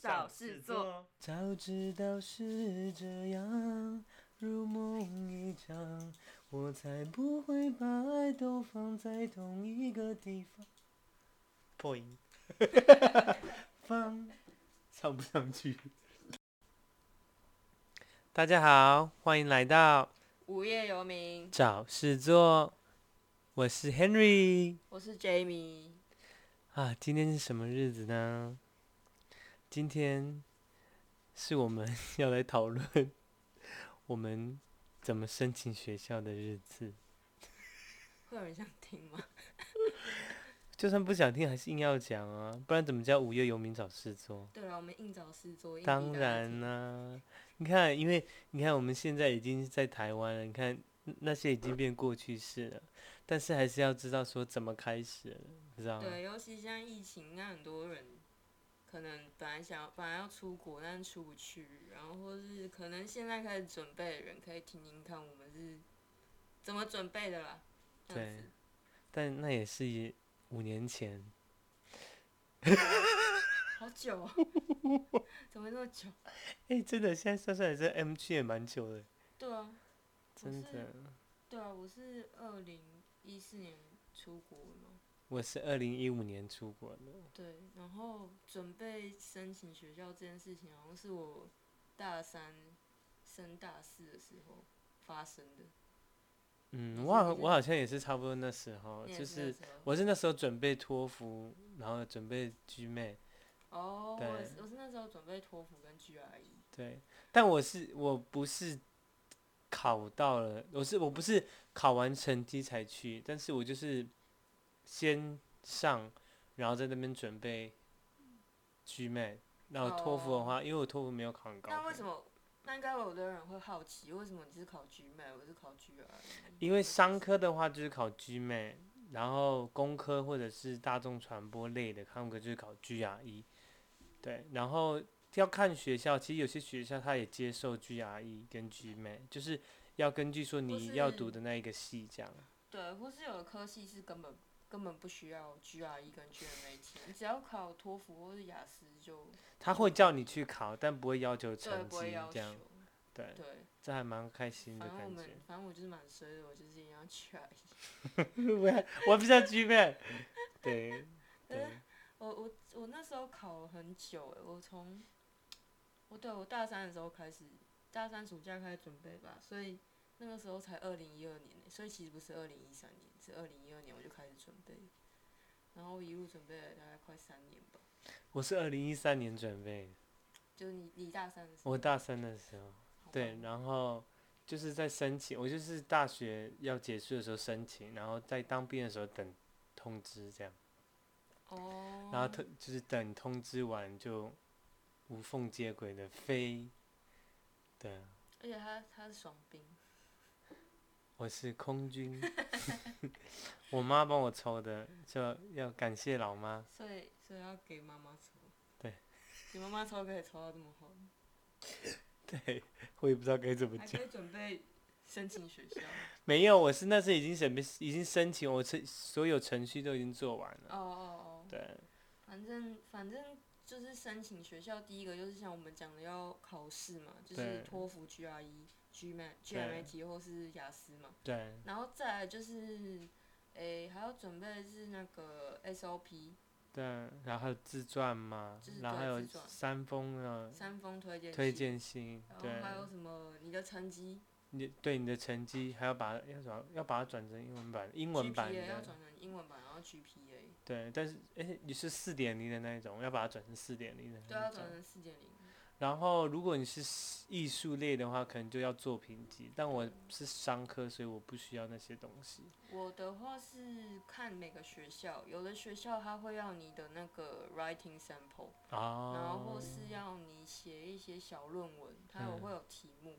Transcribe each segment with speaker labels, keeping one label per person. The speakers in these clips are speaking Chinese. Speaker 1: 找事做。
Speaker 2: 早知道是这样，如梦一场，我才不会把爱都放在同一个地方。破音， 放唱不上去。大家好，欢迎来到
Speaker 1: 无业游民，
Speaker 2: 找事做，我是 Henry
Speaker 1: 我是 Jamie。
Speaker 2: 啊。今天是什么日子呢？今天是我们 要来讨论我们怎么申请学校的日子。
Speaker 1: 会有人想听吗？
Speaker 2: 就算不想听，还是硬要讲啊，不然怎么叫午夜游民找事做？
Speaker 1: 对啊了，我们硬找事做，硬逼
Speaker 2: 当
Speaker 1: 大家
Speaker 2: 然
Speaker 1: 听
Speaker 2: 啦、你看，因为你看我们现在已经在台湾了，你看嗯那些已经变过去式了，但是还是要知道说怎么开始了，你知道吗？
Speaker 1: 对，尤其像疫情，那很多人可能本来想要本来要出国，但是出不去，然后或是可能现在开始准备的人，可以听听看我们是怎么准备的啦。这样
Speaker 2: 对
Speaker 1: 子，
Speaker 2: 但那也是也五年前，
Speaker 1: 好久、哦， 怎么会那么久？
Speaker 2: 哎、真的，现在算算来这 M 区也蛮久的，
Speaker 1: 对啊，我
Speaker 2: 真
Speaker 1: 是
Speaker 2: 的。
Speaker 1: 对啊，我是二零一四年出国的嘛，
Speaker 2: 我是二零一五年出国的，
Speaker 1: 对，然后准备申请学校这件事情，好像是我大三升大四的时候发生的。你
Speaker 2: 嗯，
Speaker 1: 是
Speaker 2: 我好
Speaker 1: 你是
Speaker 2: 我好像也是差不多那时候，
Speaker 1: 你也
Speaker 2: 哦就是
Speaker 1: 那
Speaker 2: 是
Speaker 1: 时候
Speaker 2: 我是那时候准备托福，然后准备 G 妹，
Speaker 1: 哦，
Speaker 2: 对
Speaker 1: 我是我是那时候准备托福跟 E GRE，
Speaker 2: 对，但我是我不是考到了，我是我不是考完成绩才去，但是我就是先上，然后在那边准备 GMAT，然后托福的
Speaker 1: 哦
Speaker 2: 话，因为我托福没有考很高分，
Speaker 1: 那为什么？那应该有的人会好奇，为什么你是考 GMAT，我是考 E？GRE？
Speaker 2: 因为商科的话就是考 GMAT，然后工科或者是大众传播类的，他们就是考 GRE，对，然后要看学校，其实有些学校它也接受 GRE 跟 GMAT，就是要根据说你要读的那一个系这样。
Speaker 1: 对，或是有的科系是根本根本不需要 GRE 跟 GMAT，你只要考托福或是雅思就
Speaker 2: 他会叫你去考，但不会要
Speaker 1: 对
Speaker 2: 求
Speaker 1: 不
Speaker 2: 成绩
Speaker 1: 会要
Speaker 2: 这
Speaker 1: 求。
Speaker 2: 样。对，
Speaker 1: 对，
Speaker 2: 这还蛮开心的
Speaker 1: 反正我
Speaker 2: 感
Speaker 1: 们
Speaker 2: 觉。
Speaker 1: 反正我就是蛮衰的，我就是一定要 GRE。
Speaker 2: 我还我不是要 GMAT，对对，
Speaker 1: 呃 我我我那时候考了很久哎，我从我对我大三的时候开始，大三暑假开始准备吧，所以那个时候才二零一二年欸所以其实不是二零一三年，是二零一二年我就开始准备，然后一路准备了大概快三年吧，
Speaker 2: 我是二零一三年准备的，
Speaker 1: 就是你你大三的时候，
Speaker 2: 我大三的时候。
Speaker 1: 好
Speaker 2: 对，
Speaker 1: 吧
Speaker 2: 然后就是在申请，我就是大学要结束的时候申请，然后在当兵的时候等通知这样，
Speaker 1: 哦，
Speaker 2: 然后通就是等通知完就无缝接轨的飞。对啊，
Speaker 1: 而且他他是爽兵，
Speaker 2: 我是 空军，我妈帮我抽的，就要感谢老妈。
Speaker 1: 所以所以要给妈妈抽，
Speaker 2: 对，
Speaker 1: 给妈妈抽可以抽到这么厚，
Speaker 2: 对，我也不知道该怎么
Speaker 1: 还
Speaker 2: 讲
Speaker 1: 可。以准备申请学校。
Speaker 2: 没有，我是那次已经准备，已经申请，我程所有程序都已经做完
Speaker 1: 哦
Speaker 2: 了。
Speaker 1: 哦哦，
Speaker 2: 对，
Speaker 1: 反正反正就是申请学校，第一个就是像我们讲的要考试嘛，就
Speaker 2: 对
Speaker 1: 是托福、GRE、GMAT、GMAT 或是雅思嘛，
Speaker 2: 对，
Speaker 1: 然后再来就是，诶、还要准备的是那个 SOP
Speaker 2: 对，然后还有自传嘛
Speaker 1: 自，
Speaker 2: 然后还
Speaker 1: 对
Speaker 2: 有
Speaker 1: 自传
Speaker 2: 三封的
Speaker 1: 三封推荐信
Speaker 2: 嗯推，荐信，
Speaker 1: 然
Speaker 2: 对
Speaker 1: 后，还有什么你的成绩
Speaker 2: 你对你的成绩还要把要转要把它转成英文版，英文版
Speaker 1: GPA 要
Speaker 2: 的，
Speaker 1: 转成英文版，然后 GPA
Speaker 2: 对，但是哎你是四点零的那一种，要把它转成四点零的
Speaker 1: 对
Speaker 2: 那
Speaker 1: 要
Speaker 2: 一种
Speaker 1: 转。成四点零，
Speaker 2: 然后如果你是艺术类的话，可能就要作品集，但我是商科，所以我不需要那些东西。
Speaker 1: 我的话是看每个学校，有的学校它会要你的那个 writing sample，、然后
Speaker 2: 哦
Speaker 1: 或，是要你写一些小论文，它有
Speaker 2: 嗯
Speaker 1: 会有题目，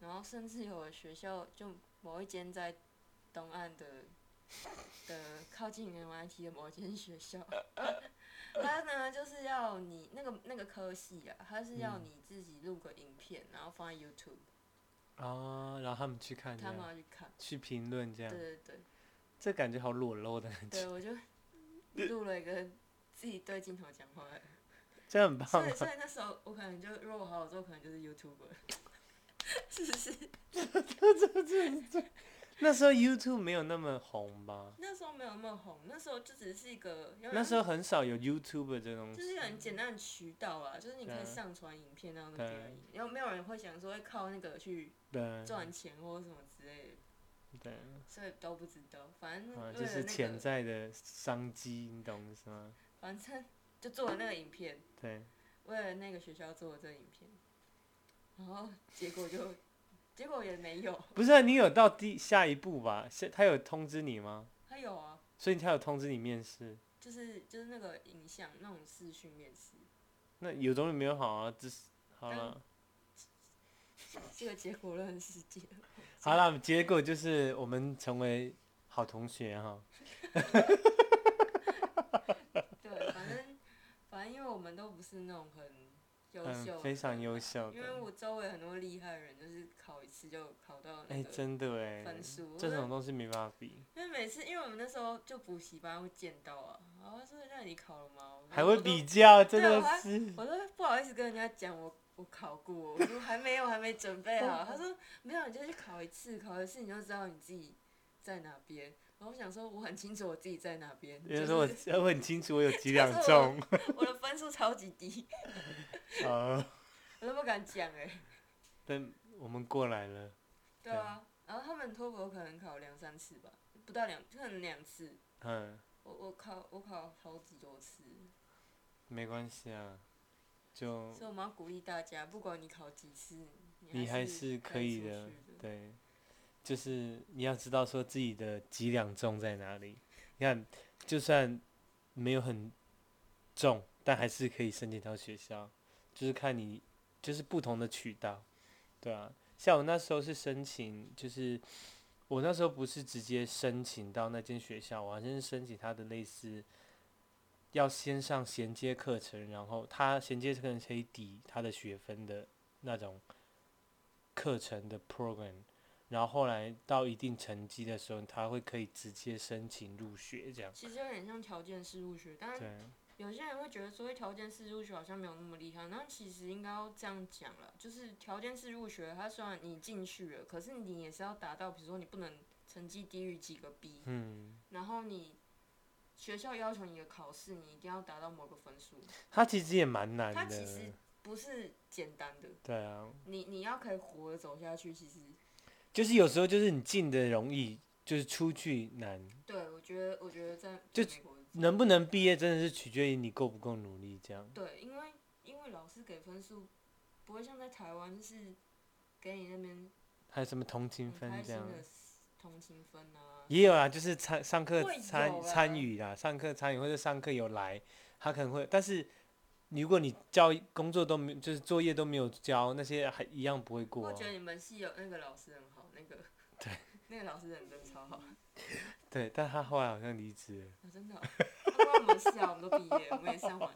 Speaker 1: 然后甚至有的学校就某一间在东岸的的靠近 MIT 的某一间学校， 它呢就是要你那个那个科系啊，它是要
Speaker 2: 嗯
Speaker 1: 你自己录个影片，然后放在 YouTube，
Speaker 2: 哦，然后他们去看这
Speaker 1: 他们
Speaker 2: 样，
Speaker 1: 要去看，
Speaker 2: 去评论这
Speaker 1: 对
Speaker 2: 样，
Speaker 1: 对对。
Speaker 2: 这感觉好裸露的感
Speaker 1: 对，
Speaker 2: 觉。
Speaker 1: 我就录了一个自己对镜头讲话的，
Speaker 2: 这样很棒
Speaker 1: 所以
Speaker 2: 啊！
Speaker 1: 所以那时候我可能就如果我好好做，可能就是 YouTuber，是不是？
Speaker 2: 那时候 YouTube 没有那么红吧？
Speaker 1: 那时候没有那么红，那时候就只是一个有点
Speaker 2: 那时候很少有 YouTube 这东西
Speaker 1: 就。是一个很简单的渠道啦，就是你可
Speaker 2: 对啊
Speaker 1: 以上传影片到那
Speaker 2: 对
Speaker 1: 边而已，然后没有人会想说会靠那个去
Speaker 2: 对
Speaker 1: 赚钱或什么之类的，
Speaker 2: 对，
Speaker 1: 所以都不知道。反嗯正为了
Speaker 2: 啊，
Speaker 1: 那
Speaker 2: 就是潜
Speaker 1: 个，
Speaker 2: 在的商机，你懂我意思吗？
Speaker 1: 反正就做了那个影片，
Speaker 2: 对，
Speaker 1: 为了那个学校做了这个影片，然后结果就结果也没有，
Speaker 2: 不是、啊、你有到第下一步吧？下他有通知你吗？
Speaker 1: 他有啊，
Speaker 2: 所以他有通知你面试。
Speaker 1: 就是就是那个影像那种视讯面试，
Speaker 2: 那有总比没有好啊，只是好
Speaker 1: 嗯
Speaker 2: 了，
Speaker 1: 这个结果论世界，
Speaker 2: 好了，结果就是我们成为好同学哈。
Speaker 1: 对，反正反正因为我们都不是那种很优
Speaker 2: 嗯
Speaker 1: 秀的人啊、
Speaker 2: 非常优秀的
Speaker 1: 因为我周围很多厉害的人，就是考一次就考到
Speaker 2: 哎、
Speaker 1: 那个
Speaker 2: 真的哎，
Speaker 1: 分数。
Speaker 2: 这种东西没办法比，
Speaker 1: 因为每次因为我们那时候就补习班会见到啊，然后说那你考了吗？我
Speaker 2: 还会比，较，真
Speaker 1: 对
Speaker 2: 的
Speaker 1: 我还
Speaker 2: 是。
Speaker 1: 我都我都不好意思跟人家讲我。我考过，我说还没有，还没准备好。他说没有，你就去考一次，考一次你就知道你自己在哪边。然后我想说，我很清楚我自己在哪边，
Speaker 2: 有人
Speaker 1: 就
Speaker 2: 说我
Speaker 1: 是
Speaker 2: 我很清楚我有几 两
Speaker 1: 就是我
Speaker 2: 重，
Speaker 1: 我的分数超级低，
Speaker 2: 呃，
Speaker 1: 我都不敢讲哎、
Speaker 2: 但我们过来了，
Speaker 1: 对啊，然后他们托福可能考两三次吧，不到两，可能两次。
Speaker 2: 嗯，
Speaker 1: 我我考我考好几多次，
Speaker 2: 没关系啊，就
Speaker 1: 所以我们要鼓励大家，不管你考几次，
Speaker 2: 哦你还
Speaker 1: 还
Speaker 2: 是可
Speaker 1: 可
Speaker 2: 以
Speaker 1: 出
Speaker 2: 的
Speaker 1: 去，
Speaker 2: 对，就是你要知道说自己的几两重在哪里，你看就算没有很重，但还是可以申请到学校，就是看你就是不同的渠道，对啊，像我那时候是申请，就是我那时候不是直接申请到那间学校，我好像是申请他的类似。要先上衔接课程，然后他衔接课程可以抵他的学分的那种课程的 program，然后后来到一定成绩的时候，他会可以直接申请入学这样。
Speaker 1: 其实有点像条件式入学，但
Speaker 2: 对，
Speaker 1: 有些人会觉得说哎条件式入学好像没有那么厉害，那其实应该要这样讲了，就是条件式入学，它虽然你进去了，可是你也是要达到，比如说你不能成绩低于几个 B，
Speaker 2: 嗯，
Speaker 1: 然后你学校要求你的考试，你一定要达到某个分数，
Speaker 2: 他其实也蛮难
Speaker 1: 它
Speaker 2: 的。
Speaker 1: 其实不是简单的，
Speaker 2: 对啊，
Speaker 1: 你你要可以活着走下去，其实
Speaker 2: 就是有时候就是你进的容易，就是出去难。
Speaker 1: 对我觉得，我觉得在
Speaker 2: 就
Speaker 1: 美国是这样
Speaker 2: 能不能毕业真的是取决于你够不够努力这样。
Speaker 1: 对，因为因为老师给分数不会像在台湾，就是给你那边
Speaker 2: 还有什么同情
Speaker 1: 很
Speaker 2: 分
Speaker 1: 嗯开
Speaker 2: 这
Speaker 1: 心
Speaker 2: 样。
Speaker 1: 的同情分啊，
Speaker 2: 也有啊，就是参上课
Speaker 1: 会
Speaker 2: 参
Speaker 1: 有啦啊
Speaker 2: 参与啦，上课参与或者上课有来，他可能会，但是如果你交工作都没，就是作业都没有交，那些还一样不会过、
Speaker 1: 我
Speaker 2: 啊
Speaker 1: 觉。得你们系有那个老师很好，那个 那个老师人真的超好，
Speaker 2: 嗯对，但他后来好像离职了。
Speaker 1: 啊真的哦、他不管我们系啊，我们都毕业，我们也 上完，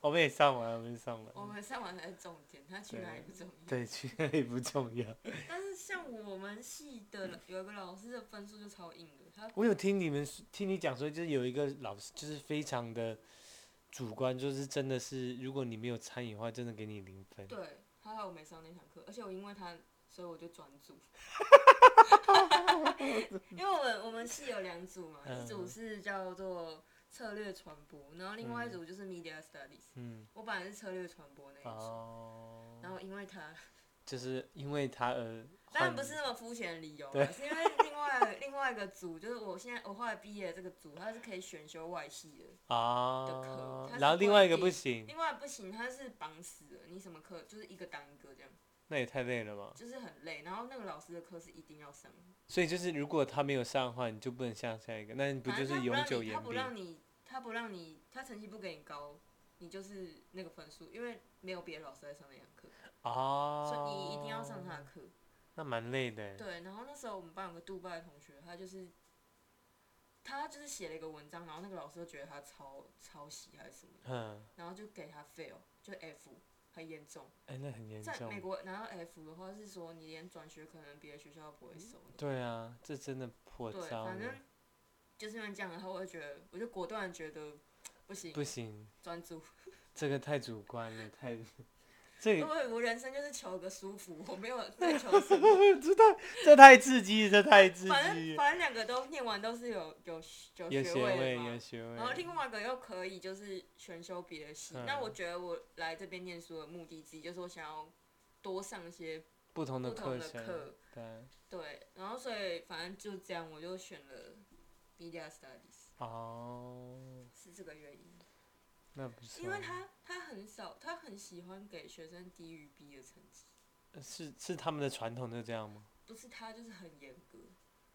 Speaker 2: 我们也上完，我们也上
Speaker 1: 我
Speaker 2: 完。
Speaker 1: 们上完才是重点，他去哪里不重要。
Speaker 2: 对，去那里不 重要。
Speaker 1: 但是像我们系的老有一个老师的分数就超硬的，他
Speaker 2: 我有听你们说听你讲说，就是有一个老师，就是非常的主观，就是真的是，如果你没有参与的话，真的给你零分。
Speaker 1: 对，还好我没上那堂课，而且我因为他，所以我就转组。 因为我们我们系有两组嘛，
Speaker 2: 嗯
Speaker 1: 一组是叫做策略传播，然后另外一
Speaker 2: 嗯
Speaker 1: 组就是 media studies。
Speaker 2: 嗯，
Speaker 1: 我本来是策略传播那一组，
Speaker 2: 哦，
Speaker 1: 然后因为他，
Speaker 2: 就是因为他而
Speaker 1: 当然
Speaker 2: 换
Speaker 1: 不是那么肤浅的理由
Speaker 2: 对
Speaker 1: 啦，是因为另外另外一个组，就是我现在我后来毕业的这个组，它是可以选修外系的。
Speaker 2: 啊
Speaker 1: 它，是
Speaker 2: 然后
Speaker 1: 不
Speaker 2: 另
Speaker 1: 会
Speaker 2: 外一个不
Speaker 1: 定
Speaker 2: 行，
Speaker 1: 另外不行，它是绑死的，你什么课就是一个当一个这样，
Speaker 2: 那也太累了吧。
Speaker 1: 就是很累。然后那个老师的课是一定要上的，
Speaker 2: 所以就是如果他没有上的话，你就不能下下一个，那你不
Speaker 1: 反
Speaker 2: 就
Speaker 1: 正他
Speaker 2: 是
Speaker 1: 不
Speaker 2: 永
Speaker 1: 让
Speaker 2: 久
Speaker 1: 你，他
Speaker 2: 延
Speaker 1: 不
Speaker 2: 毕？
Speaker 1: 让你，他不让你，他成绩不给你高，你就是那个分数，因为没有别的老师在上那堂课，
Speaker 2: 哦，
Speaker 1: 所以你一定要上他的课。
Speaker 2: 那蛮累的。
Speaker 1: 对，然后那时候我们班有个杜拜的同学，他就是他就是写了一个文章，然后那个老师就觉得他抄抄袭还是什么，
Speaker 2: 嗯，
Speaker 1: 然后就给他 fail，就 F，很严重。
Speaker 2: 哎，那很严
Speaker 1: 在美
Speaker 2: 重。
Speaker 1: 国拿到 F 的话，是说你连转学可能别的学校都不会收你。
Speaker 2: 对啊，这真的破
Speaker 1: 对，
Speaker 2: 招
Speaker 1: 反正
Speaker 2: 了，
Speaker 1: 就是因为这样，然后我就觉得，我就果断地觉得不行，
Speaker 2: 不行，
Speaker 1: 专注。
Speaker 2: 这个太主观 了，太这
Speaker 1: 因
Speaker 2: 个
Speaker 1: 为我人生就是求个舒服，我没有在求什么。
Speaker 2: 这太刺激，这太刺
Speaker 1: 反正
Speaker 2: 激了，
Speaker 1: 反正两个都念完都是有有有
Speaker 2: 有
Speaker 1: 学
Speaker 2: 学位
Speaker 1: 位的
Speaker 2: 有
Speaker 1: 嘛。
Speaker 2: 学
Speaker 1: 然后
Speaker 2: 位，
Speaker 1: 另外一个又可以就是选修别的系。
Speaker 2: 嗯
Speaker 1: 那我觉得我来这边念书的目的之一就是我想要多上一些
Speaker 2: 不同的
Speaker 1: 不同
Speaker 2: 课
Speaker 1: 的
Speaker 2: 程，
Speaker 1: 课，
Speaker 2: 对，
Speaker 1: 对。然后所以反正就这样，我就选了 media studies，
Speaker 2: 哦，
Speaker 1: 是这个原因。
Speaker 2: 那不错，
Speaker 1: 因为他他很少，他很喜欢给学生低于 B 的成绩，
Speaker 2: 是是他们的传统就这样吗？
Speaker 1: 不是他就是很严格，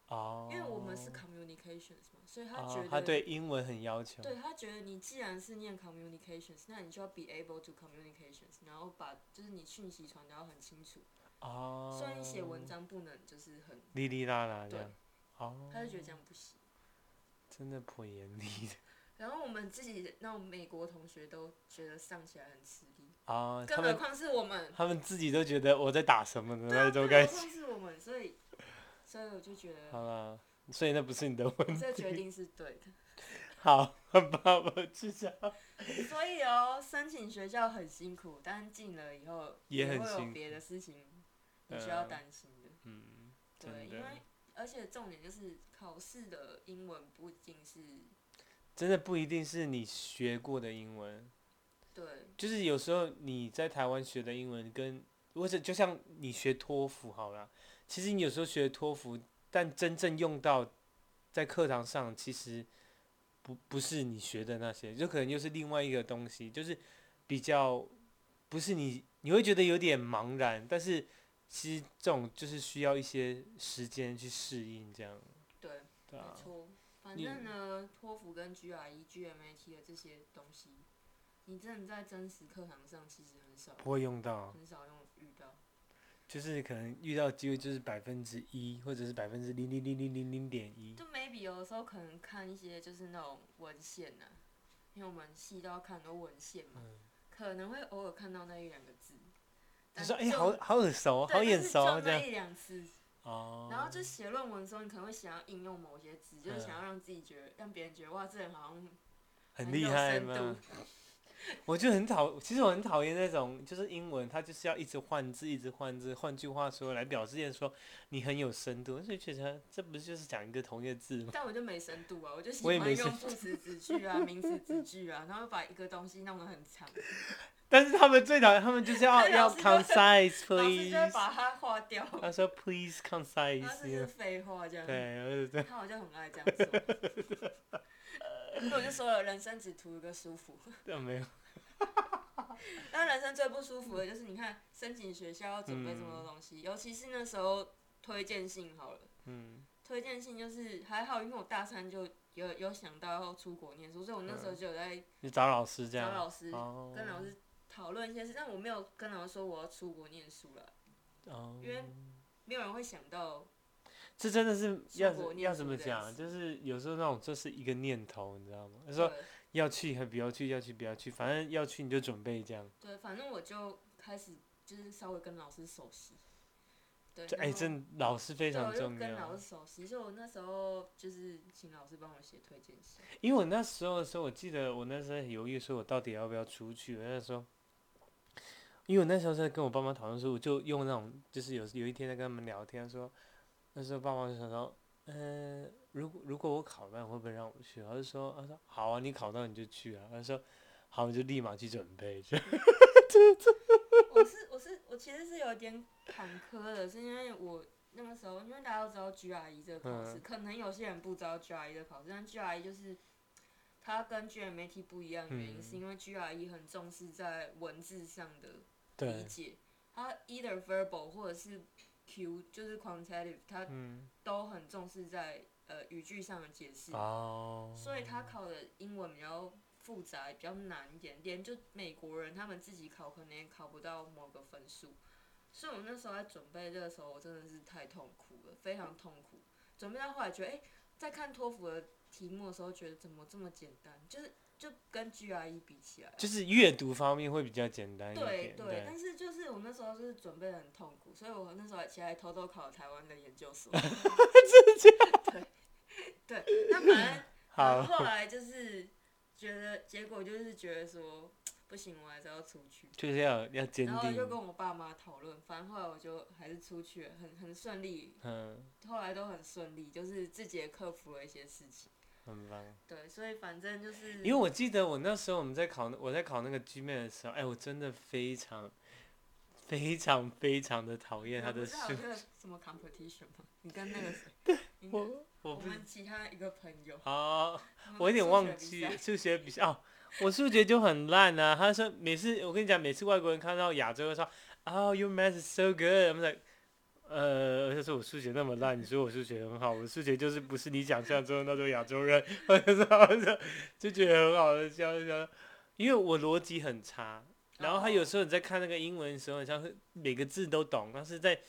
Speaker 2: 哦，
Speaker 1: 因为我们是 communications 嘛，所以他觉
Speaker 2: 哦
Speaker 1: 得、，
Speaker 2: 他对英文很要求，
Speaker 1: 对他觉得你既然是念 communications，那你就要 be able to communications，然后把就是你讯息传达得很清楚，
Speaker 2: 哦，
Speaker 1: 虽然你写文章不能就是很，
Speaker 2: 哩哩啦啦这
Speaker 1: 对
Speaker 2: 样，哦，
Speaker 1: 他就觉得这样不行。
Speaker 2: 真的颇严厉的，
Speaker 1: 然后我们自己那种美国同学都觉得上起来很吃力，
Speaker 2: 哦，他
Speaker 1: 更何
Speaker 2: 们
Speaker 1: 况是我们，
Speaker 2: 他们自己都觉得我在打什么的
Speaker 1: 对啊，啊
Speaker 2: 那
Speaker 1: 更
Speaker 2: 种
Speaker 1: 何
Speaker 2: 感觉，
Speaker 1: 况是我们，所以所以我就觉得
Speaker 2: 好啦，所以那不是你的 问
Speaker 1: 这决定是对的。
Speaker 2: 好，很棒，我至少
Speaker 1: 所以哦，申请学校很辛苦，但进了以后
Speaker 2: 也很
Speaker 1: 会
Speaker 2: 辛
Speaker 1: 有
Speaker 2: 苦呃
Speaker 1: 别的事情你需要担心的。
Speaker 2: 嗯，
Speaker 1: 对，
Speaker 2: 真
Speaker 1: 因
Speaker 2: 的
Speaker 1: 为而且重点就是考试的英文不仅是
Speaker 2: 真的不一定是你学过的英文，
Speaker 1: 对
Speaker 2: 就是有时候你在台湾学的英文跟，或者就像你学托福好了，其实你有时候学托福，但真正用到在课堂上，其实不不是你学的那些，就可能又是另外一个东西，就是比较不是你，你会觉得有点茫然，但是其实这种就是需要一些时间去适应，这样
Speaker 1: 对，没
Speaker 2: 对啊。
Speaker 1: 错。反
Speaker 2: 你
Speaker 1: 正呢，托福跟 E GRE、GMAT 的这些东西，你真的在真实课堂上其实很少
Speaker 2: 不会用到，
Speaker 1: 很少用遇到。
Speaker 2: 就是可能遇到机会就是百分之一，或者是百分之零零零零零零点一。
Speaker 1: 就 maybe 有的时候可能看一些就是那种文献呐、啊因为我们系都要看很多文献嘛，
Speaker 2: 嗯
Speaker 1: 可能会偶尔看到那一两个字，
Speaker 2: 就
Speaker 1: 但
Speaker 2: 说哎、
Speaker 1: 就
Speaker 2: 好好耳熟哦，
Speaker 1: 对
Speaker 2: 好眼
Speaker 1: 但是
Speaker 2: 熟哦
Speaker 1: 就
Speaker 2: 这
Speaker 1: 那
Speaker 2: 样。
Speaker 1: 一两次，
Speaker 2: 哦。
Speaker 1: 然后就写论文的时候，你可能会想要应用某些字，就是
Speaker 2: 嗯
Speaker 1: 想要让自己觉得，让别人觉得哇，这人好像
Speaker 2: 很
Speaker 1: 有
Speaker 2: 厉害
Speaker 1: 深度
Speaker 2: 吗？ 我就很讨，其实我很讨厌那种，就是英文它就是要一直换字，一直换字。换句话说，来表示说你很有深度，所以觉得这不是就是讲一个同一个字吗？
Speaker 1: 但我就没深度啊，我就喜
Speaker 2: 我也没
Speaker 1: 欢
Speaker 2: 深
Speaker 1: 用副词子句 啊、名词子句啊，然后把一个东西弄得很长，
Speaker 2: 但是他们最讨厌，他们就是要
Speaker 1: 对
Speaker 2: 要
Speaker 1: 老师就会 老师就会
Speaker 2: concise，please。
Speaker 1: 把它划掉，
Speaker 2: 他说 please
Speaker 1: 然后这就是
Speaker 2: concise，
Speaker 1: 废话这样。
Speaker 2: 对，我就对。
Speaker 1: 他好像很爱这样 说。所以我就说了，人生只图一个舒服。
Speaker 2: 但没有，
Speaker 1: 但人生最不舒服的就是，你看申请学校要准备这么多东西，尤其是那时候推荐信好了，
Speaker 2: 嗯，
Speaker 1: 推荐信就是还好，因为我大三就有有想到要出国念书，所以我那时候就有在
Speaker 2: 就找老师这样。
Speaker 1: 找老师、
Speaker 2: 哦
Speaker 1: 跟老师讨论一些事，但我没有跟老师说我要出国念书了，
Speaker 2: 哦，
Speaker 1: 因为没有人会想到。
Speaker 2: 这真的是要
Speaker 1: 出国
Speaker 2: 怎
Speaker 1: 念
Speaker 2: 要怎
Speaker 1: 书
Speaker 2: 么
Speaker 1: 这
Speaker 2: 讲
Speaker 1: 样
Speaker 2: 啊？
Speaker 1: 子
Speaker 2: 就是有时候那种就是一个念头，你知道吗？就说
Speaker 1: 对
Speaker 2: 要去还不要去，要去不要去，反正要去你就准备这样。
Speaker 1: 对，反正我就开始就是稍微跟老师熟悉。对，
Speaker 2: 这哎，
Speaker 1: 然后
Speaker 2: 真老师非
Speaker 1: 对，我
Speaker 2: 常
Speaker 1: 就
Speaker 2: 重
Speaker 1: 跟老
Speaker 2: 要
Speaker 1: 师。熟悉，所以我那时候就是请老师帮我写推荐信。
Speaker 2: 因为我那时候的时候，我记得我那时候很犹豫，说我到底要不要出去。我那时候，因为我那时候在跟我爸妈讨论说，我就用那种，就是有有一天在跟他们聊天说，那时候爸妈就想说，嗯、如果如果我考到，会不会让我去？他就说，他说好啊，你考到你就去啊。他说好，我就立马去准备。这样
Speaker 1: 我是我是我其实是有点坎坷的，是因为我那个时候，因为大家都知道 GRE 这个考试，
Speaker 2: 嗯
Speaker 1: 可能有些人不知道 GRE 这个考试，但 GRE 就是它跟 GMAT 不一样的原因，
Speaker 2: 嗯
Speaker 1: 是因为 GRE 很重视在文字上的理
Speaker 2: 对，
Speaker 1: 解，它 either verbal 或者是 Q 就是 quantitative，它
Speaker 2: 嗯，
Speaker 1: 都很重视在呃语句上的解释。
Speaker 2: 哦，
Speaker 1: 所以他考的英文比较复杂，比较难一点，连就美国人他们自己考可能也考不到某个分数。所以我那时候在准备这个时候，我真的是太痛苦了，非常痛苦。准备到后来觉得，哎、在看托福的题目的时候，觉得怎么这么简单？就是就跟 GRE 比起来，
Speaker 2: 就是阅读方面会比较简单一
Speaker 1: 对
Speaker 2: 点，
Speaker 1: 对。但是就是我那时候就是准备的很痛苦，所以我那时候其实还偷偷考了台湾的研究 所。对对，那反正然后
Speaker 2: 好，
Speaker 1: 后来就是觉得，结果就是觉得说，不行，我还是要出去。
Speaker 2: 就是要要坚
Speaker 1: 然后就
Speaker 2: 定，
Speaker 1: 跟我爸妈讨论，反正后来我就还是出去了，很很顺利，
Speaker 2: 嗯，
Speaker 1: 后来都很顺利，就是自己也克服了一些事情。
Speaker 2: 很棒。
Speaker 1: 对，所以反正就是
Speaker 2: 因为我记得我那时候我们在考我在考那个 Gmail 的时候，哎，我真的非常非常非常的讨厌他
Speaker 1: 你
Speaker 2: 的
Speaker 1: 们不是
Speaker 2: 数
Speaker 1: 有。那个什么 competition 吗？你跟那个 谁？你跟
Speaker 2: 我 我
Speaker 1: 我
Speaker 2: 不
Speaker 1: 们其他一个朋友，
Speaker 2: 哦，
Speaker 1: 他们
Speaker 2: 我有点
Speaker 1: 嗯数学
Speaker 2: 忘
Speaker 1: 比
Speaker 2: 记
Speaker 1: 赛
Speaker 2: 了数学比赛哦，我数学就很烂啊。他说每次我跟你讲，每次外国人看到亚洲人说，Oh, your math is so good，我们在。呃，就是我数学那么烂，你说我数学很好，我数学就是不是你想象中的那种亚洲人，我就说就觉得很好的笑笑，因为我逻辑很差，然后他
Speaker 1: 哦
Speaker 2: 有时候你在看那个英文的时候，好像是每个字都懂，但是在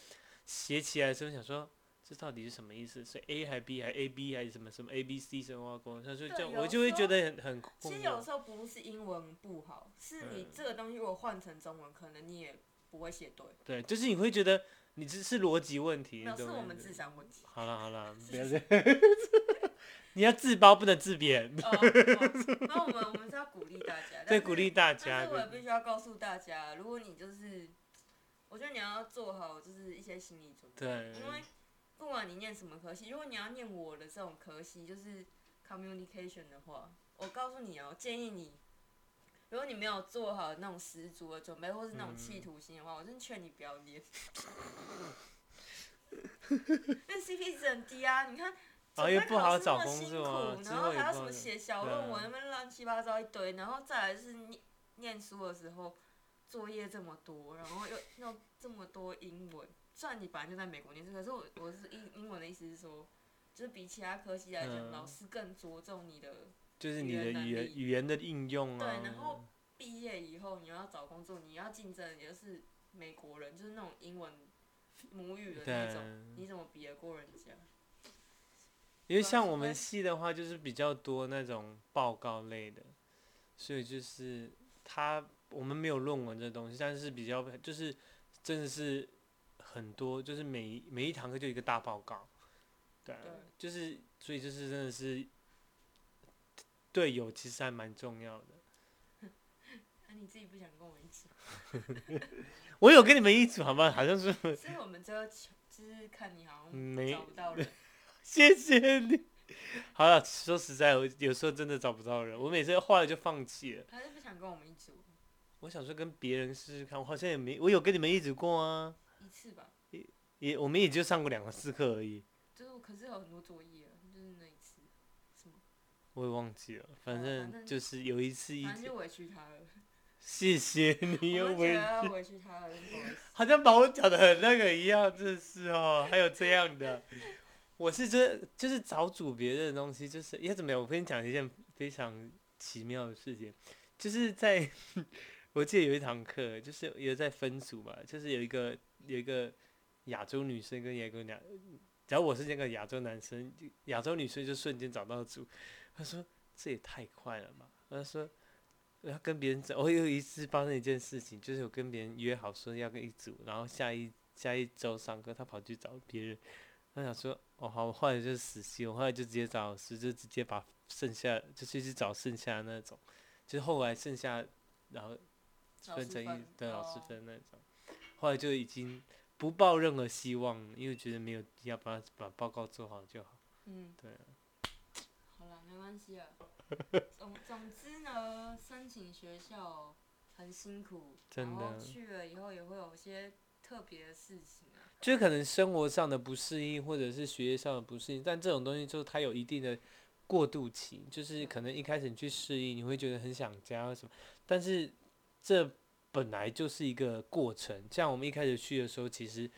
Speaker 2: 写起来的时候想说这到底是什么意思？是 A 还是 B 还是 A B 还是什么什么 A B C 什么挖工？他说
Speaker 1: 对
Speaker 2: 这样
Speaker 1: 有
Speaker 2: 我就会
Speaker 1: 时
Speaker 2: 觉
Speaker 1: 候
Speaker 2: 得很很
Speaker 1: 其
Speaker 2: 困
Speaker 1: 实有
Speaker 2: 惑。
Speaker 1: 时候不是英文不好，是你
Speaker 2: 嗯
Speaker 1: 这个东西如果换成中文，可能你也不会写对。
Speaker 2: 对，就是你会觉得你这是逻辑问题，你
Speaker 1: 没有，是
Speaker 2: 懂
Speaker 1: 我
Speaker 2: 吗
Speaker 1: 们智商问题。
Speaker 2: 好了好了，不要这样，你要自包不能自贬，
Speaker 1: 哦，哦那我们我们是要鼓励大家，但
Speaker 2: 对，
Speaker 1: 是
Speaker 2: 鼓励大家
Speaker 1: 但是我也
Speaker 2: 对
Speaker 1: 必须要告诉大家，如果你就是，我觉得你要做好就是一些心理准备，
Speaker 2: 对
Speaker 1: 因为不管你念什么科系，如果你要念我的这种科系，就是 communication 的话，我告诉你哦，建议你，如果你没有做好那种十足的准备，或是那种企图心的
Speaker 2: 嗯
Speaker 1: 话，我真的劝你不要念。 那 CP 值很低啊，你看。
Speaker 2: 然后又
Speaker 1: 准备
Speaker 2: 哦不好
Speaker 1: 考试那
Speaker 2: 找
Speaker 1: 么
Speaker 2: 工
Speaker 1: 辛
Speaker 2: 作啊
Speaker 1: 苦
Speaker 2: 之
Speaker 1: 然
Speaker 2: 后
Speaker 1: 后
Speaker 2: 也
Speaker 1: 还要
Speaker 2: 不
Speaker 1: 什
Speaker 2: 好
Speaker 1: 么
Speaker 2: 找
Speaker 1: 写小
Speaker 2: 对啊
Speaker 1: 论文，那边乱七八糟一堆，然后再来是念念书的时候作业这么多，然后又又这么多英文。虽然你本来就在美国念书，可是我我是英英文的意思是说，就是比其他科系来讲，
Speaker 2: 嗯
Speaker 1: 老师更着重你的
Speaker 2: 就
Speaker 1: 语
Speaker 2: 是你
Speaker 1: 言
Speaker 2: 的
Speaker 1: 能
Speaker 2: 语言
Speaker 1: 力
Speaker 2: 语言的应用啊。
Speaker 1: 对，然后毕业以后你要找工作，你要竞争，也就是美国人，就是那种英文母语的那种，
Speaker 2: 对
Speaker 1: 你怎么比得过人家？
Speaker 2: 因为
Speaker 1: 主要
Speaker 2: 像
Speaker 1: 是
Speaker 2: 我们
Speaker 1: 会
Speaker 2: 系的话，就是比较多那种报告类的，所以就是它我们没有论文这东西，但是比较就是真的是很多，就是每一每一堂课就一个大报告，对啊，
Speaker 1: 对
Speaker 2: 就是所以就是真的是队友其实还蛮重要的。
Speaker 1: 那、啊你自己不想跟我一起？
Speaker 2: 我有跟你们一组好吗？好像是
Speaker 1: 所以我们就要求，就是看你好像
Speaker 2: 没
Speaker 1: 找不到人，
Speaker 2: 谢谢你。 好了，说实在，我有时候真的找不到人，我每次画了就放弃了。
Speaker 1: 他是不想跟我们一组
Speaker 2: 我想说跟别人试试看，我好像也没，我有跟你们一起过啊，
Speaker 1: 一次吧。
Speaker 2: 也我们也就上过两次课而已，
Speaker 1: 就是我可是有很多作业啊，就是那一次，什么，
Speaker 2: 我也忘记了，反
Speaker 1: 哦反
Speaker 2: 正
Speaker 1: 正
Speaker 2: 就是有一次一
Speaker 1: 反正
Speaker 2: 起。
Speaker 1: 就委屈他了。
Speaker 2: 谢谢你
Speaker 1: 我
Speaker 2: 又
Speaker 1: 们觉得
Speaker 2: 委，
Speaker 1: 要委屈他了，真不好意思。
Speaker 2: 好像把我讲的很那个一样，真是哦，还有这样的，我是这就是找组别的东西，就是也怎么样？我跟你讲一件非常奇妙的事情，就是在 我记得有一堂课，就是有在分组嘛，就是有一个有一个亚洲女生跟亚洲男，只要我是那个亚洲男生，就亚洲女生就瞬间找到组。他说这也太快了吧？他说我要跟别人走。我有一次发生一件事情，就是我跟别人约好说要跟一组，然后下一下一周上课，他跑去找别人。他想说哦好，我后来就是死心，我后来就直接找老师，就直接把剩下就是去找剩下的那种，就是后来剩下然后
Speaker 1: 老
Speaker 2: 分
Speaker 1: 师
Speaker 2: 成一
Speaker 1: 分
Speaker 2: 对老师
Speaker 1: 哦
Speaker 2: 分那种，后来就已经不抱任何希望了，因为觉得没有要把把报告做好就好。
Speaker 1: 嗯，
Speaker 2: 对啊
Speaker 1: 好了，没关系 啊。总总之呢，申请学校很辛苦，
Speaker 2: 真的
Speaker 1: 然后去了以后也会有一些特别的事情啊。
Speaker 2: 就是可能生活上的不适应，或者是学业上的不适应，但这种东西就是它有一定的过渡期，就是可能一开始你去适应，你会觉得很想家或什么，但是这本来就是一个过程。像我们一开始去的时候，其实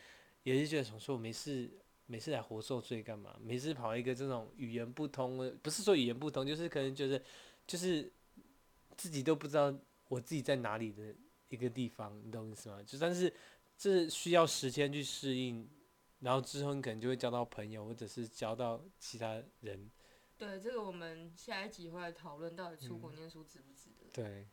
Speaker 2: 也是觉得想说，我没事没事来活受罪干嘛？没事跑一个这种语言不通的，不是说语言不通，就是可能觉得就是自己都不知道我自己在哪里的一个地方，你懂我意思吗？就但是这需要时间去适应，然后之后你可能就会交到朋友，或者是交到其他人。
Speaker 1: 对，这个我们下一集会来讨论到底出
Speaker 2: 嗯
Speaker 1: 国念书值不值得。
Speaker 2: 对，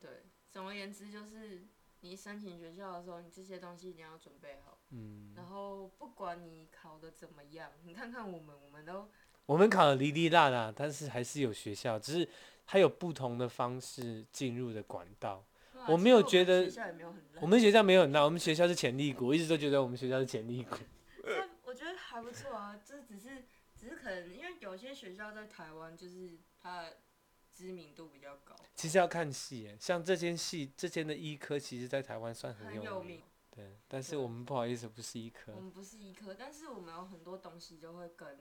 Speaker 1: 对，总而言之就是你申请学校的时候，你这些东西一定要准备好。
Speaker 2: 嗯，
Speaker 1: 然后不管你考的怎么样，你看看我们，我们都
Speaker 2: 我们考的哩哩啦啦，但是还是有学校，只是它有不同的方式进入的管道。
Speaker 1: 对啊
Speaker 2: 我
Speaker 1: 其实
Speaker 2: 没有
Speaker 1: 我
Speaker 2: 觉
Speaker 1: 们
Speaker 2: 得
Speaker 1: 学校也没有很烂
Speaker 2: 我，们学校没有很大，我们学校是潜力股，我一直都觉得我们学校是潜力股。
Speaker 1: 但我觉得还不错啊，这只是只是可能因为有些学校在台湾就是它的知名度比较高，
Speaker 2: 其实要看系耶，像这间系这间的医科，其实在台湾算很
Speaker 1: 很有名
Speaker 2: 名。。对，但是
Speaker 1: 对
Speaker 2: 我们不好意思不是医科
Speaker 1: 我。们不是医科，但是我们有很多东西就会跟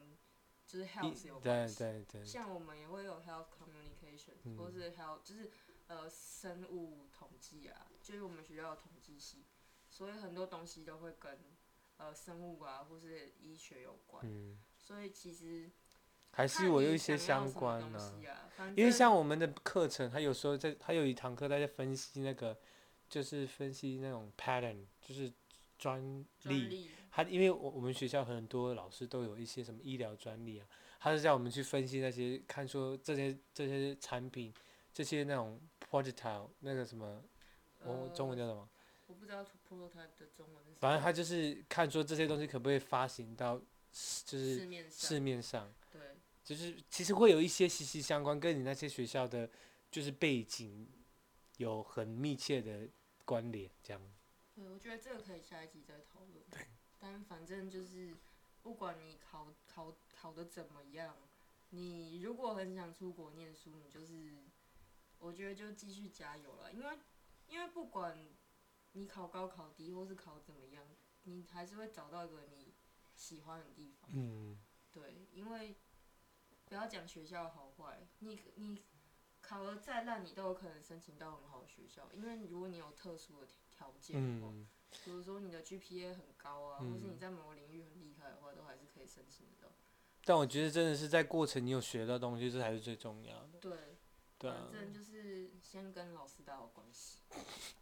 Speaker 1: 就是
Speaker 2: 医
Speaker 1: health 有
Speaker 2: 对
Speaker 1: 关系，
Speaker 2: 对对，
Speaker 1: 像我们也会有 health communication，、
Speaker 2: 嗯
Speaker 1: 或是 health 就是呃生物统计啊，就是我们学校有统计系，所以很多东西都会跟呃生物啊或是医学有关，
Speaker 2: 嗯，
Speaker 1: 所以其实
Speaker 2: 还是
Speaker 1: 看
Speaker 2: 我有
Speaker 1: 你
Speaker 2: 一些
Speaker 1: 想要
Speaker 2: 相
Speaker 1: 什么
Speaker 2: 关
Speaker 1: 东
Speaker 2: 呢、
Speaker 1: 西啊，反
Speaker 2: 因为
Speaker 1: 正
Speaker 2: 像我们的课程，它有时候在，它有一堂课在分析那个，就是分析那种 pattern，就是专
Speaker 1: 专
Speaker 2: 利。
Speaker 1: 利
Speaker 2: 它因为我我们学校很多老师都有一些什么医疗专利啊，它是叫我们去分析那些，看说这些这些产品，这些那种 projectile 那个什么，我中文
Speaker 1: 呃、
Speaker 2: 叫什么？
Speaker 1: 我不知道 prototype 的中文是什
Speaker 2: 反
Speaker 1: 么，
Speaker 2: 正它就是看说这些东西可不可以发行到市，就是
Speaker 1: 市面上
Speaker 2: 市面上。
Speaker 1: 对
Speaker 2: 就是其实会有一些息息相关，跟你那些学校的，就是背景有很密切的关联，这样。
Speaker 1: 对，我觉得这个可以下一集再讨论。但反正就是，不管你考考考的怎么样，你如果很想出国念书，你就是，我觉得就继续加油了，因为因为不管你考高考低或是考怎么样，你还是会找到一个你喜欢的地方。
Speaker 2: 嗯，
Speaker 1: 对，因为不要讲学校好坏，你你考的再烂，你都有可能申请到很好的学校，因为如果你有特殊的条件的话，
Speaker 2: 嗯，
Speaker 1: 比如说你的 GPA 很高啊，或是
Speaker 2: 嗯
Speaker 1: 你在某个领域很厉害的话，都还是可以申请得到。
Speaker 2: 但我觉得真的是在过程你有学到东西，这才是最重要的。
Speaker 1: 对，
Speaker 2: 对啊
Speaker 1: 反，正就是先跟老师打好关系，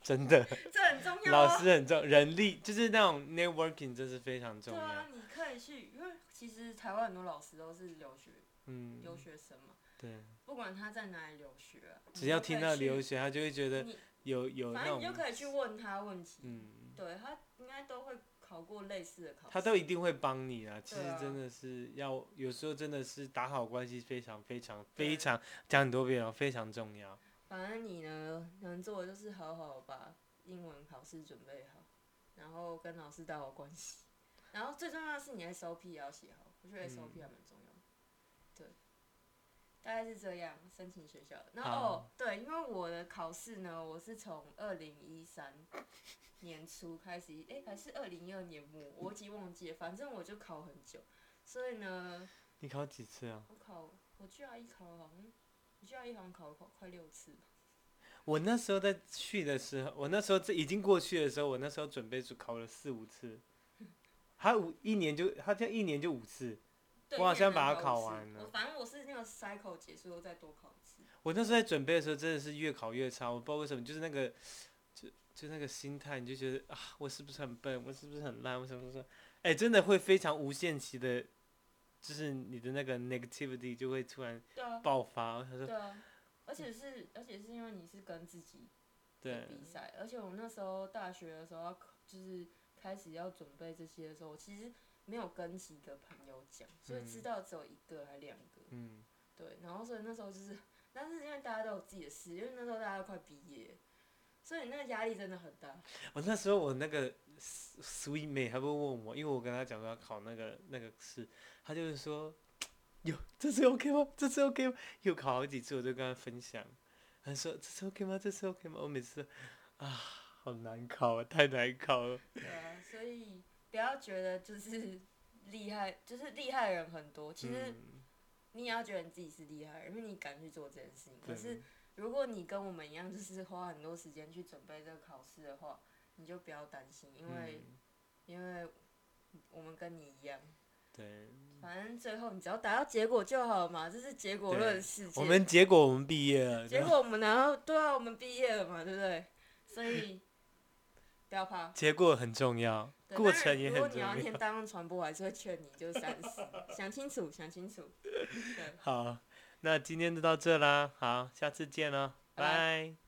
Speaker 2: 真的，
Speaker 1: 这很重要、
Speaker 2: 老
Speaker 1: 哦。
Speaker 2: 师很重，人力就是那种 networking，真是非常重
Speaker 1: 对
Speaker 2: 要
Speaker 1: 啊。，你可以去，因为其实台湾很多老师都是留学
Speaker 2: 嗯，
Speaker 1: 留学生嘛，
Speaker 2: 对，
Speaker 1: 不管他在哪里留学啊、
Speaker 2: 只要听到留
Speaker 1: 学，
Speaker 2: 学，他就会觉得
Speaker 1: 你
Speaker 2: 有有
Speaker 1: 反
Speaker 2: 那
Speaker 1: 正你就
Speaker 2: 种，
Speaker 1: 可以去问他问题。啊
Speaker 2: 嗯，
Speaker 1: 对他应该都会考过类似的考试。
Speaker 2: 他都一定会帮你啊。其实
Speaker 1: 对啊
Speaker 2: 真的是要，有时候真的是打好关系非常非常
Speaker 1: 对
Speaker 2: 非常讲很多遍了，非常重要。
Speaker 1: 反正你呢，能做的就是好好把英文考试准备好，然后跟老师打好关系，然后最重要的是你 SOP 也要写好，我觉得
Speaker 2: 嗯
Speaker 1: SOP 还蛮重要的。对，大概是这样申请学校。然后
Speaker 2: 好
Speaker 1: 哦，对，因为我的考试呢，我是从二零一三年初开始，诶，还是二零一二年末，我已经忘记了，反正我就考很久，所以呢，
Speaker 2: 你考几次啊？
Speaker 1: 我考我 GRE 考了好像，我 GRE 好像考了快快六次吧。
Speaker 2: 我那时候在去的时候，我那时候这已经过去的时候，我那时候准备组考了四五次，他五一年就他这样一年就五次。
Speaker 1: 对
Speaker 2: 我好像把它
Speaker 1: 一年
Speaker 2: 考
Speaker 1: 考五次
Speaker 2: 完了
Speaker 1: 我反正我是那个 cycle 结束后再多考一次。
Speaker 2: 我那时候在准备的时候真的是越考越差，我不知道为什么，就是那个就就那个心态，你就觉得啊，我是不是很笨？我是不是很烂？我什么什么？哎，真的会非常无限期的，就是你的那个 negativity 就会突然
Speaker 1: 对啊，
Speaker 2: 爆发。他说
Speaker 1: 对啊，而且是而且是因为你是跟自己
Speaker 2: 对，
Speaker 1: 比赛，而且我那时候大学的时候要考就是开始要准备这些的时候，我其实没有跟几个朋友讲，所以
Speaker 2: 嗯
Speaker 1: 知道只有一个还两个。
Speaker 2: 嗯，
Speaker 1: 对，然后所以那时候就是，但是因为大家都有自己的事，因为那时候大家都快毕业，所以那个压力真的很大。
Speaker 2: 我那时候我那个 s- sweet 妹还不问我，因为我跟她讲说要考那个那个试，她就是说，有这次 OK 吗？这次 OK 吗？又考好几次，我就跟她分享，她说这次 OK 吗？这次 OK 吗？我每次都啊，好难考啊，太难考了。
Speaker 1: 对啊，所以不要觉得就是 厉害，就是厉害的人很多。其实
Speaker 2: 嗯
Speaker 1: 你也要觉得你自己是厉害的人，因为你敢去做这件事情。可
Speaker 2: 对
Speaker 1: 是如果你跟我们一样，就是花很多时间去准备这个考试的话，你就不要担心，因为、
Speaker 2: 嗯
Speaker 1: 因为我们跟你一样，
Speaker 2: 对，
Speaker 1: 反正最后你只要达到结果就好嘛，这是结果论世界。
Speaker 2: 我们结果我们毕业了，
Speaker 1: 结果我们然后对啊，我们毕业了嘛，对不对？所 以不要怕。
Speaker 2: 结果很重要，
Speaker 1: 对
Speaker 2: 过
Speaker 1: 当然
Speaker 2: 程也
Speaker 1: 如果
Speaker 2: 很
Speaker 1: 你
Speaker 2: 重
Speaker 1: 要
Speaker 2: 要。
Speaker 1: 念大众传播，我还是会劝你就是三思， 想清楚，想清楚。对。
Speaker 2: 好，那今天就到这啦，好，下次见了，
Speaker 1: 拜拜
Speaker 2: 拜。